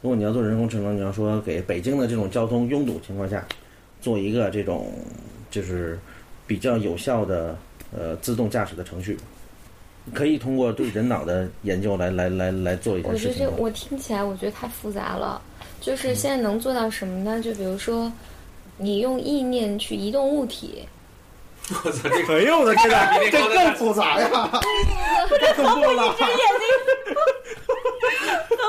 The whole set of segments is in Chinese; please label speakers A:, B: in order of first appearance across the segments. A: 如果你要做人工智能，你要说给北京的这种交通拥堵情况下，做一个这种就是比较有效的呃自动驾驶的程序，可以通过对人脑的研究来来来来做一件
B: 我觉
A: 事
B: 得
A: 情
B: 这
A: 吗。嗯
B: 我听起来我觉得太复杂了，就是现在能做到什么呢？就比如说，你用意念去移动物体，
C: 我操，这个
D: 哎呦我的天哪，
C: 比那
D: 这
C: 高
D: 更
C: 的
D: 复杂呀！这恐怖了，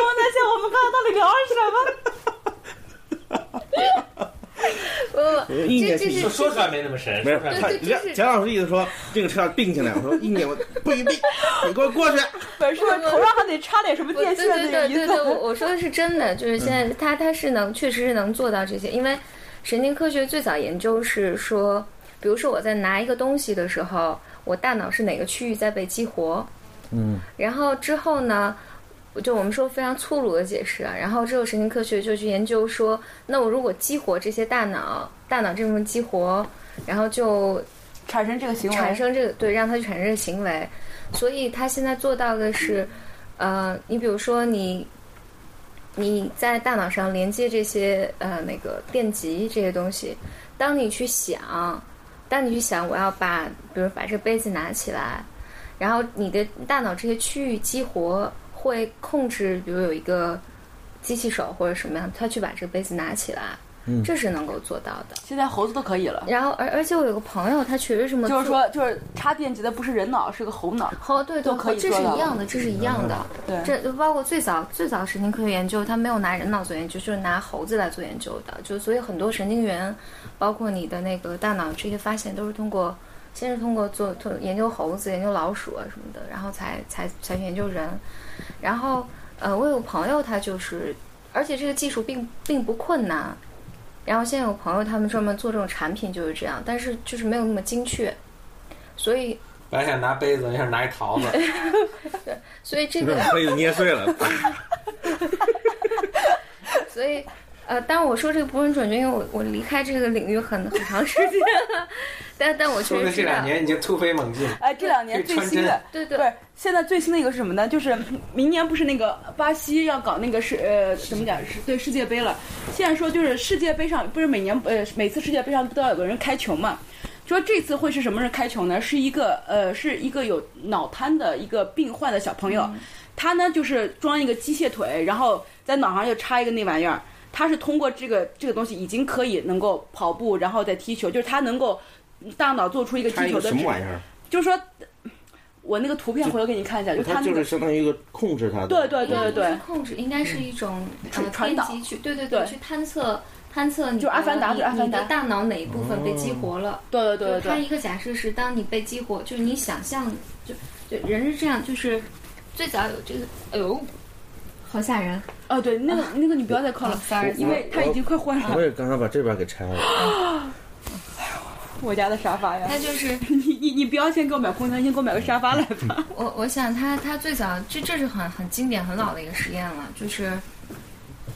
E: 我在想我们刚才到底聊了什么？
B: 呃，
A: 意念
B: 这
A: 是
B: 这
A: 一
B: 是
C: 说说出来没那么神，
A: 没
C: 说
A: 有，
C: 出来
A: 他他
B: 对
A: 人
B: 对就
A: 家
B: 是
A: 蒋老师意思说这个车要并进来，我说一年我不一定，你给我过去。
E: 本书头上还得插点什么
B: 我
E: 电
B: 对
E: 线
B: 对
E: 那个
B: 对对
E: 意
B: 对，我
E: 思。
B: 我说的是真的，就是现
A: 嗯
B: 在它它是能确实是能做到这些，因为神经科学最早研究是说，比如说我在拿一个东西的时候，我大脑是哪个区域在被激活，
A: 嗯，
B: 然后之后呢，就我们说非常粗鲁的解释啊，然后之后神经科学就去研究说，那我如果激活这些大脑，大脑这部分激活，然后就
E: 产生这个行为，
B: 产生这个对，让他去产生这个行为，所以他现在做到的是，呃，你比如说你你在大脑上连接这些呃那个电极这些东西，当你去想，当你去想我要把比如把这个杯子拿起来，然后你的大脑这些区域激活会控制，比如有一个机器手或者什么样，他去把这个杯子拿起来，
A: 嗯
B: 这是能够做到的。
E: 现在猴子都可以了。
B: 然后而而且我有个朋友，他确实这么
E: 嗯就是
B: 做
E: 说，就是插电极的不是人脑，是个猴脑。
B: 哦，对，
E: 都
B: 对
E: 可以
B: 这
E: 做
B: 是
E: 到嗯
B: 一样的，这是一样的。
E: 对
B: 这就包括最早最早神经科学研究，它没有拿人脑做研究，就是拿猴子来做研究的。就所以很多神经元，包括你的那个大脑这些发现，都是通过先是通过做做研究猴子、研究老鼠啊什么的，然后才才才去研究人。然后呃，我有个朋友他就是，而且这个技术并并不困难。然后现在有朋友他们专门做这种产品就是这样，但是就是没有那么精确，所以
C: 本来想拿杯子，本来想拿一桃 子，
B: 所以这
A: 就
B: 个
A: 这把杯子捏碎了。
B: 所以，呃，当然我说这个不是很准确，因为我我离开这个领域很很长时间了，但但我
C: 说
B: 确
C: 的
B: 实
C: 这
B: 知
C: 两
B: 道，
C: 年已经突飞猛进。
E: 哎，这两年最新的，
B: 对
E: 不
B: 对
E: 是现在最新的一个是什么呢？就是明年不是那个巴西要搞那个世呃怎么讲是对世界杯了。现在说就是世界杯上不是每年呃每次世界杯上都要有个人开球嘛？说这次会是什么人开球呢？是一个呃是一个有脑瘫的一个病患的小朋友，
B: 嗯
E: 他呢就是装一个机械腿，然后在脑上又插一个那玩意儿。他是通过这个这个东西已经可以能够跑步，然后再踢球，就是他能够大脑做出一个
A: 它
E: 踢
A: 一
E: 球
A: 个
E: 的
A: 什么玩意儿？
E: 就是说，我那个图片回头给你看一下，就
A: 它
E: 那
A: 就是
E: 个，
A: 相当于一个控制它的。
E: 对对对对对，
B: 控制应该是一种
E: 传
B: 呃
E: 传
B: 电
E: 导
B: 极去，对对
E: 对
B: 去探测探测你
E: 就是阿凡达
B: 的
E: 就是阿凡达
B: 你的大脑哪一部分被
C: 哦
B: 激活了。
E: 对对对
B: 就是它
E: 对
B: 一个假设是，当你被激活，就是你想象，就就人是这样，就是最早有这个，哎呦，好吓人，
E: 对，哦对，那个那个你不要再靠了
B: 哦，sorry，
E: 啊因为它已经快坏
A: 我
E: 了，
A: 也刚才把这边给拆了。
E: 我家的沙发呀
B: 它。就是
E: 你你你不要先给我买空调，先给我买个沙发来吧。
B: 我我想他他最早这这是很很经典很老的一个实验了，就是，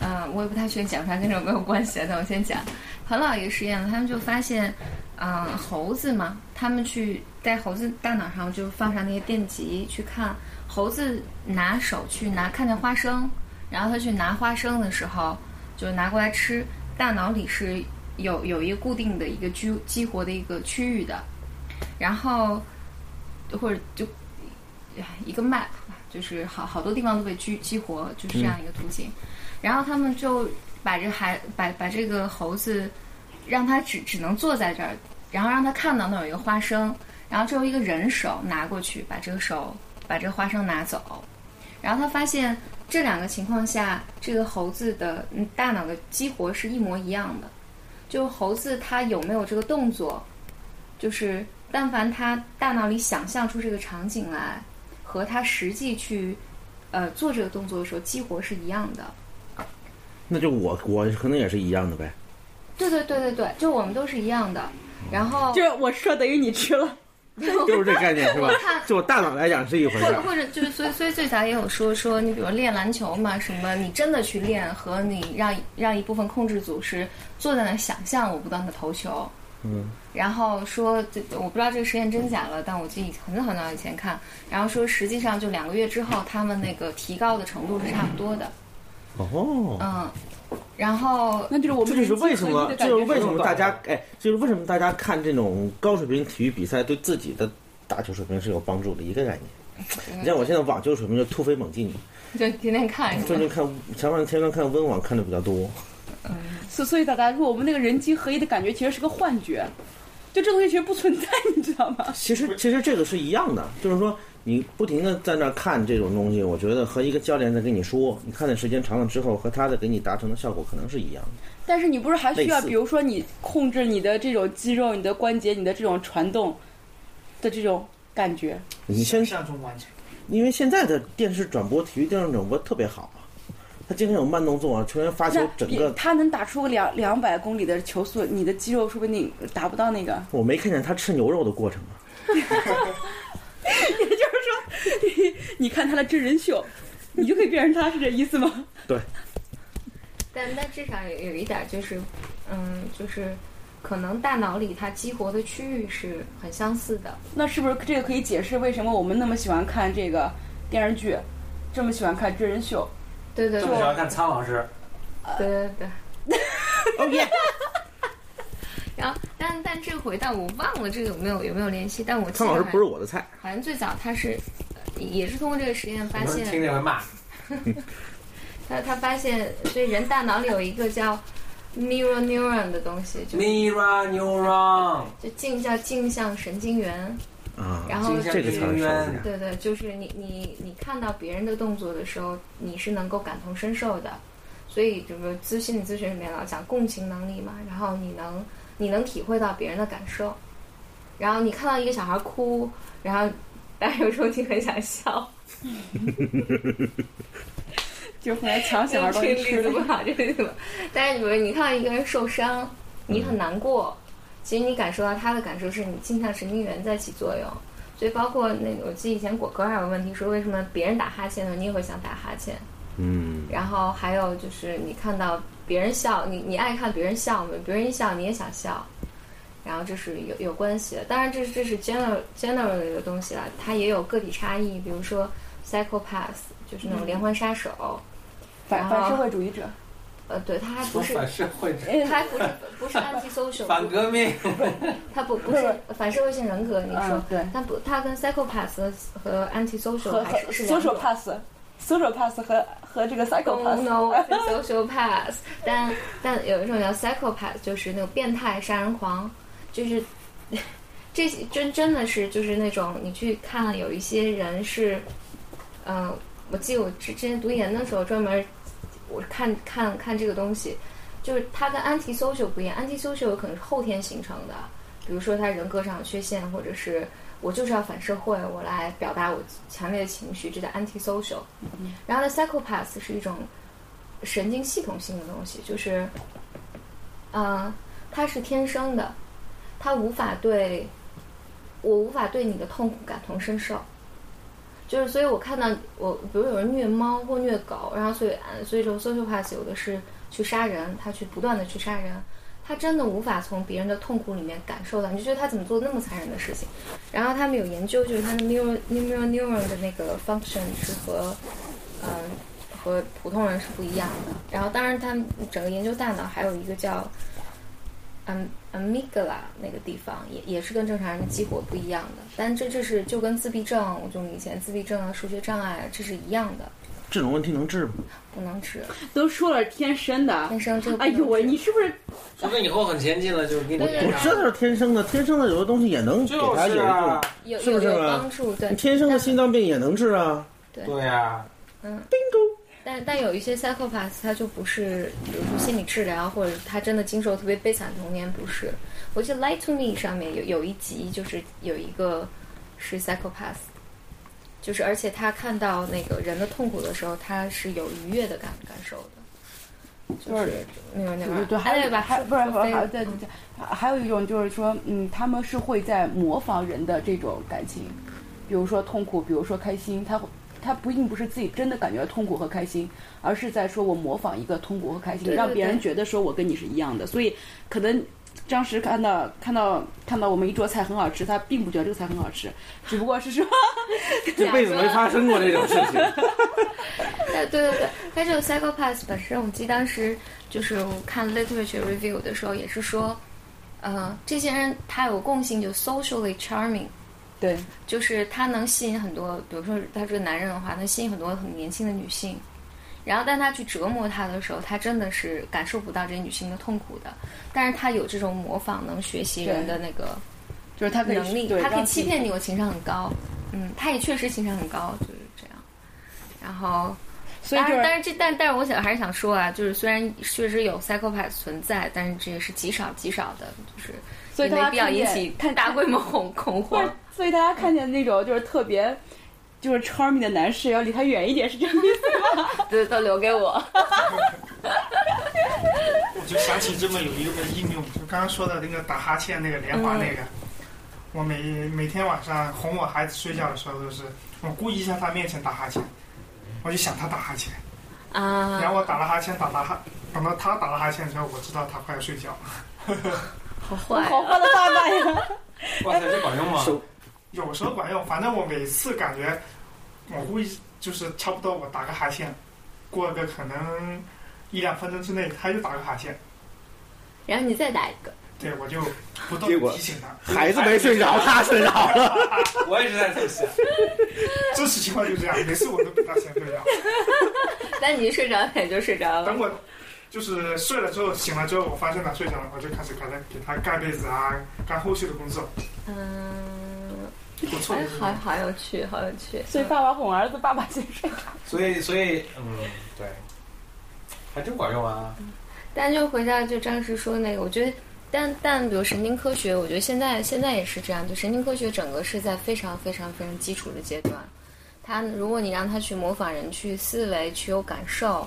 B: 呃，我也不太确定讲出来跟这有没有关系啊，但我先讲，很老一个实验了，他们就发现，呃，猴子嘛，他们去在猴子大脑上就放上那些电极去看，猴子拿手去拿看见花生，然后他去拿花生的时候，就拿过来吃，大脑里是有有一个固定的一个激激活的一个区域的，然后或者就一个 map，吧，就是好好多地方都被激激活，就是这样一个图形。然后他们就把这孩把把这个猴子，让它只只能坐在这儿，然后让它看到那儿有一个花生，然后只有一个人手拿过去，把这个手把这个花生拿走。然后他发现这两个情况下，这个猴子的嗯大脑的激活是一模一样的，就猴子它有没有这个动作，就是但凡它大脑里想象出这个场景来，和它实际去呃做这个动作的时候激活是一样的。
A: 那就我我可能也是一样的呗。
B: 对对对对对，就我们都是一样的。然后
E: 就是我吃了等于你吃了，
A: 就是这概念是吧
B: 我看？
A: 就我大脑来讲是一回事
B: 或
A: 儿
B: 者。或者就是，所以所以最早也有说说，你比如练篮球嘛，什么你真的去练，和你让让一部分控制组是坐在那儿想象我不断的投球，
A: 嗯，
B: 然后说这我不知道这个实验真假了，但我记得很早很早以前看，然后说实际上就两个月之后，他们那个提高的程度是差不多的，
A: 哦，
B: 嗯，然后
E: 那就是啊我
A: 这
E: 们
A: 就是为什么，
E: 人机
A: 这
E: 合
A: 就
E: 一的感觉
A: 是为什么大
E: 是吧
A: 家哎，就是为什么大家看这种高水平体育比赛对自己的打球水平是有帮助的一个概念。
E: 嗯
A: 你像我现在网球水平就突飞猛进，
B: 就天天看
A: 最
B: 是吧
A: 近看前段天天看温网看的比较多，
E: 所所以大家说我们那个人机合一的感觉其实是个幻觉，就这东西其实不存在， 你知道吗？
A: 其实其实这个是一样的，就是说你不停的在那儿看这种东西，我觉得和一个教练在跟你说，你看的时间长了之后，和他的给你达成的效果可能是一样的。
E: 但是你不是还需要，
A: 类似
E: 比如说你控制你的这种肌肉、你的关节、你的这种传动的这种感觉，
A: 你先，
D: 上中完成。
A: 因为现在的电视转播、体育电视转播特别好啊，他经常有慢动作啊，球员发球
E: 那
A: 整
E: 比
A: 个，
E: 他能打出个两两百公里的球速，你的肌肉说不定达不到那个。
A: 我没看见他吃牛肉的过程啊。
E: 也就是说，你看他的真人秀，你就可以变成他，是这意思吗？
B: 但但至少有有一点就是，嗯，就是可能大脑里它激活的区域是很相似的。
E: 那是不是这个可以解释为什么我们那么喜欢看这个电视剧，这么喜欢看真人秀？
B: 对对
C: 这
B: 对
C: 么喜欢看苍老师，
B: 对对对。 然后，但但这回到我忘了这个有没有有没有联系，但我记
A: 汤
B: 得
A: 老师
B: 好像
A: 不是我的菜，
B: 好像最早他是呃也是通过这个实验
C: 我
B: 发
C: 们听
B: 现，
C: 见会骂。
B: 他他发现所以人大脑里有一个叫 mirror neuron 的东西，就
C: Mira Neuron，
B: 就镜叫镜像神经元，
A: 啊，
B: 然后
C: 镜
B: 就
C: 像
A: 这个词
B: 是
A: 儿
C: 神经
A: 熟悉
C: 元，
B: 对对，就是你你你看到别人的动作的时候，你是能够感同身受的，所以就是咨心理咨询里面老讲共情能力嘛，然后你能你能体会到别人的感受，然后你看到一个小孩哭，然后但有时候你很想笑，
E: 就是后来抢
B: 这个
E: 小孩东西吃
B: 例子不
E: 的。
B: 好，这个例子不好。但是比如你看到一个人受伤，你很难过，其实你感受到他的感受是你镜像神经元在起作用。所以包括那个，我记得以前果哥还有问题说，为什么别人打哈欠呢，你也会想打哈欠？
A: 嗯，
B: 然后还有就是你看到别人笑，你你爱看别人笑吗？别人一笑你也想笑，然后这是有有关系的。当然这是这是 general general 的一个东西了，它也有个体差异，比如说 psychopath 就是那种连环杀手，
E: 反
B: 然
E: 反
B: 后
E: 社会主义者，
B: 呃，对，它还不
C: 我
B: 是哎
C: 反社会主义
E: 哎
B: 他还不是不是 antisocial，
C: 反革命，
B: 他不不是反社会性人格，你说
E: 嗯，，对，
B: 但不，他跟 psychopath 和
E: 和
B: antisocial
E: 和哦
B: 还是是两种。
E: sociopath，sociopath 和和这个
B: Oh
E: psychopath，
B: no, sociopath，但但有一种叫 psychopath，就是那种变态杀人狂，就是这些真真的是就是那种你去看了有一些人是，嗯、我记得我之之前读研的时候专门我看看看这个东西，就是它跟 antisocial 不一样，antisocial 有可能是后天形成的，比如说他人格上有缺陷，或者是我就是要反社会，我来表达我强烈的情绪，这叫 antisocial。然后呢，psychopath 是一种神经系统性的东西，就是，呃，它是天生的，它无法对我无法对你的痛苦感同身受。就是，所以我看到我，比如有人虐猫或虐狗，然后所以呃所以说 sociopath 有的是去杀人，他去不断的去杀人，他真的无法从别人的痛苦里面感受到，你就觉得他怎么做那么残忍的事情。然后他们有研究，就是他的 neural neural neuron 的那个 function 是和嗯、和普通人是不一样的。然后当然他们整个研究大脑还有一个叫 am amygdala 那个地方也也是跟正常人的激活不一样的，但这这是就跟自闭症，就以前自闭症啊、数学障碍啊这是一样的，
A: 这种问题能治吗？
B: 不能治，
E: 都说了天生的。
B: 天生这个不
E: 哎
B: 能
E: 呦喂，
B: 治
E: 你是不是
C: 除非以后很前进了，就给你
B: 对对
A: 我知道他是天生的，天生的有的东西也能给
C: 就
A: 他有
C: 是
A: 一
C: 啊
A: 种，，
B: 有
A: 是不
B: 有
A: 是
B: 有
A: 吧
B: 帮助，对
A: 你，天生的心脏病也能治啊。
C: 对呀，
B: 但但有一些 psychopath，他就不是，比如说心理治疗，或者他真的经受特别悲惨的童年，不是。我记得《Lie to Me》上面有有一集，就是有一个是 psychopath，就是而且他看到那个人的痛苦的时候，他是有愉悦的感感受的，就是那种那
E: 对
B: 种，
E: 对，
B: 哎
E: 还有
B: 对吧？
E: 还不是
B: 说
E: 还还
B: 非
E: 对对对，还还有一种就是说，嗯，他们是会在模仿人的这种感情，比如说痛苦，比如说开心，他会他不并不是自己真的感觉到痛苦和开心，而是在说我模仿一个痛苦和开心，
B: 对对
E: 让别人
B: 对
E: 觉得说我跟你是一样的，所以可能当时看到看到看到我们一桌菜很好吃，他并不觉得这个菜很好吃，只不过是说
B: 这辈
A: 子没发生过这种事情。
B: 对对对，但这个 psychopath 本身，我记得当时就是我看 literature review 的时候也是说，呃，这些人他有共性，就 socially charming，
E: 对
B: 就是他能吸引很多，比如说他是个男人的话，他吸引很多很年轻的女性，然后但他去折磨她的时候，他真的是感受不到这些女性的痛苦的，但是他有这种模仿能学习人的那个
E: 就是他可以
B: 能力，
E: 对
B: 他可以
E: 让
B: 欺
E: 自己
B: 骗你，我情商很高，嗯，他也确实情商很高，就是这样，然后。
E: 所以就
B: 当然
E: 是
B: 但是这但但是我想还是想说啊，就是虽然确实有 psychopath 存在，但是这也是极少极少的，就是
E: 所以
B: 也
E: 大家
B: 没必要
E: 看
B: 引
E: 见
B: 起
E: 看
B: 大规模恐恐
E: 不是
B: 慌。，
E: 所以大家看见那种就是特别就是 charming 的男士，要离他远一点，是这样的意思。
B: 对，都留给我。
D: 我就想起这么有一个应用，就刚刚说的那个打哈欠那个连环那个，
B: 嗯
D: 我每每天晚上哄我孩子睡觉的时候，都是我故意在他面前打哈欠，我就想他打哈欠，然
B: 啊，
D: 后我打了哈欠，打了哈，等到他打了哈欠之后，我知道他快要睡觉了。
B: 好坏啊、
E: 好坏的爸爸呀！
C: 哇塞，这管用吗？
A: 手
D: 有时候管用，反正我每次感觉我故意就是差不多我打个哈欠，过个可能一两分钟之内，他又打个哈欠，
B: 然后你再打一 个，
D: 对我就不断
A: 结果
D: 地提醒他。
A: 孩子没睡着，他睡着了。
C: 我也是在这啊么想。
D: 真实情况就这样，每次我都比他先睡着。
B: 但你睡着了也就睡着 了
D: 等。我就是睡了之后，醒了之后，我发现他睡着了，我就开始给他给他盖被子啊，干后续的工作。
B: 嗯，
D: 不错
B: 哎，，好好有趣，好有趣。 嗯
E: 所以爸爸哄儿子，爸爸先睡。
C: 所以，所以，嗯，对，还真管用啊。
B: 但就回到就张石说那个，我觉得，但但比如神经科学，我觉得现在现在也是这样，就神经科学整个是在非常非常非常基础的阶段。他如果你让他去模仿人、去思维、去有感受，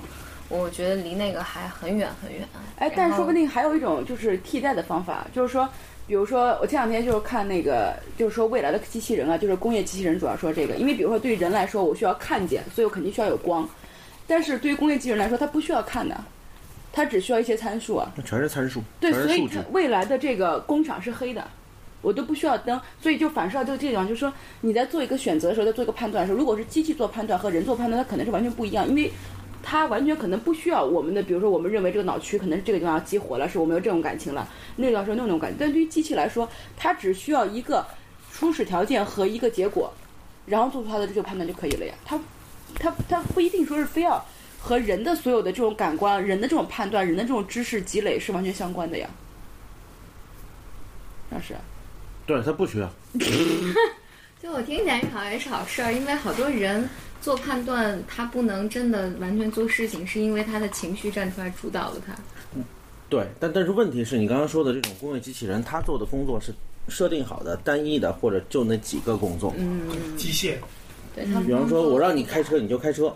B: 我觉得离那个还很远很远。
E: 哎，但是说不定还有一种就是替代的方法，就是说，比如说我前两天就是看那个，就是说未来的机器人啊，就是工业机器人，主要说这个，因为比如说对于人来说，我需要看见，所以我肯定需要有光，但是对于工业机器人来说，它不需要看的，它只需要一些参数啊。
A: 那全是参数，
E: 对，
A: 全是
E: 所以
A: 数
E: 它
A: 据。
E: 未来的这个工厂是黑的，我都不需要灯，所以就反射到这个地方，就是说你在做一个选择的时候，在做一个判断的时候，如果是机器做判断和人做判断，它可能是完全不一样，因为。它完全可能不需要我们的，比如说我们认为这个脑区可能是这个地方要激活了，是我们有这种感情了，那个地方是那种感情。但对于机器来说，它只需要一个初始条件和一个结果，然后做出它的这个判断就可以了呀。它，它，它不一定说是非要和人的所有的这种感官、人的这种判断、人的这种知识积累是完全相关的呀。啊老师，
A: 对他不需要，
B: 就我听起来好像也是好事儿，因为好多人做判断，他不能真的完全做事情，是因为他的情绪站出来主导了他。
A: 对，但但是问题是你刚刚说的这种工业机器人，他做的工作是设定好的、单一的，或者就那几个工
E: 嗯
A: 作。
D: 机械
B: 嗯对他们
A: 比方说，我让你开车，你就开车，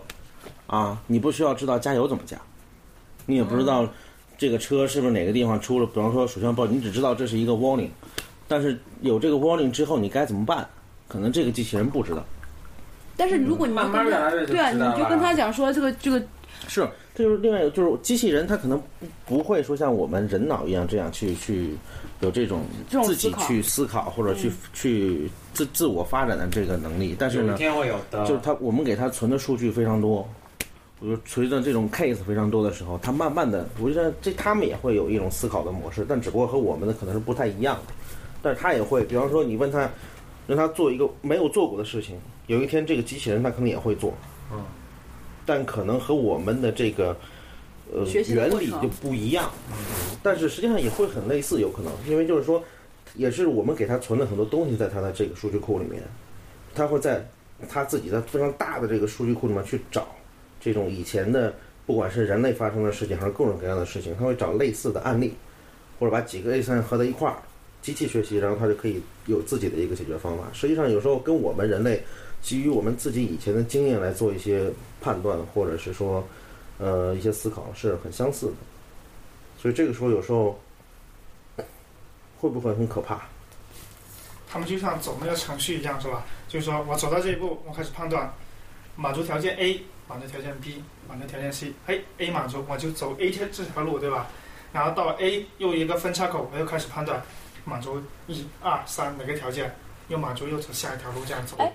A: 啊，你不需要知道加油怎么加，你也不知
E: 嗯
A: 道这个车是不是哪个地方出了，比方说水箱爆，你只知道这是一个 warning，但是有这个 warning 之后，你该怎么办？可能这个机器人不知道。
E: 但是如果你就
C: 慢
E: 跟
C: 慢
E: 他
C: 来就
E: 对啊，
C: 知道
E: 你就
C: 了
E: 跟他讲说这个这个，
A: 是，这就是另外一个，就是机器人它可能不会说像我们人脑一样这样去去有这种
E: 这种
A: 自
E: 思
A: 己
E: 考嗯
A: 去思考或者去、去自自我发展的这个能力，但是
C: 有一
A: 呢，
C: 天会啊有的。
A: 就是它我们给它存的数据非常多，我就随着这种 case 非常多的时候，它慢慢的，我觉得这他们也会有一种思考的模式，但只不过和我们的可能是不太一样的，但是它也会，比方说你问它，让它做一个没有做过的事情，有一天这个机器人它可能也会做，
C: 嗯，
A: 但可能和我们的这个呃
E: 学习的
A: 原
E: 过
A: 理
E: 程
A: 就不一样，但是实际上也会很类似，有可能，因为就是说，也是我们给它存了很多东西在它的这个数据库里面，它会在它自己的非常大的这个数据库里面去找这种以前的，不管是人类发生的事情还是各种各样的事情，它会找类似的案例，或者把几个 A 三合在一块儿。机器学习，然后它就可以有自己的一个解决方法。实际上，有时候跟我们人类基于我们自己以前的经验来做一些判断，或者是说，呃，一些思考是很相似的。所以这个时候有时候会不会很可怕？
D: 他们就像走那个程序一样，是吧？就是说我走到这一步，我开始判断，满足条件 A，满足条件 B，满足条件 C，哎，A 满足，我就走 A 这这条路，对吧？
E: 然后到 A 又一个分叉口，我又开始判断满足一二三哪个条件，又满足又走下一条路这样走。
F: 哎，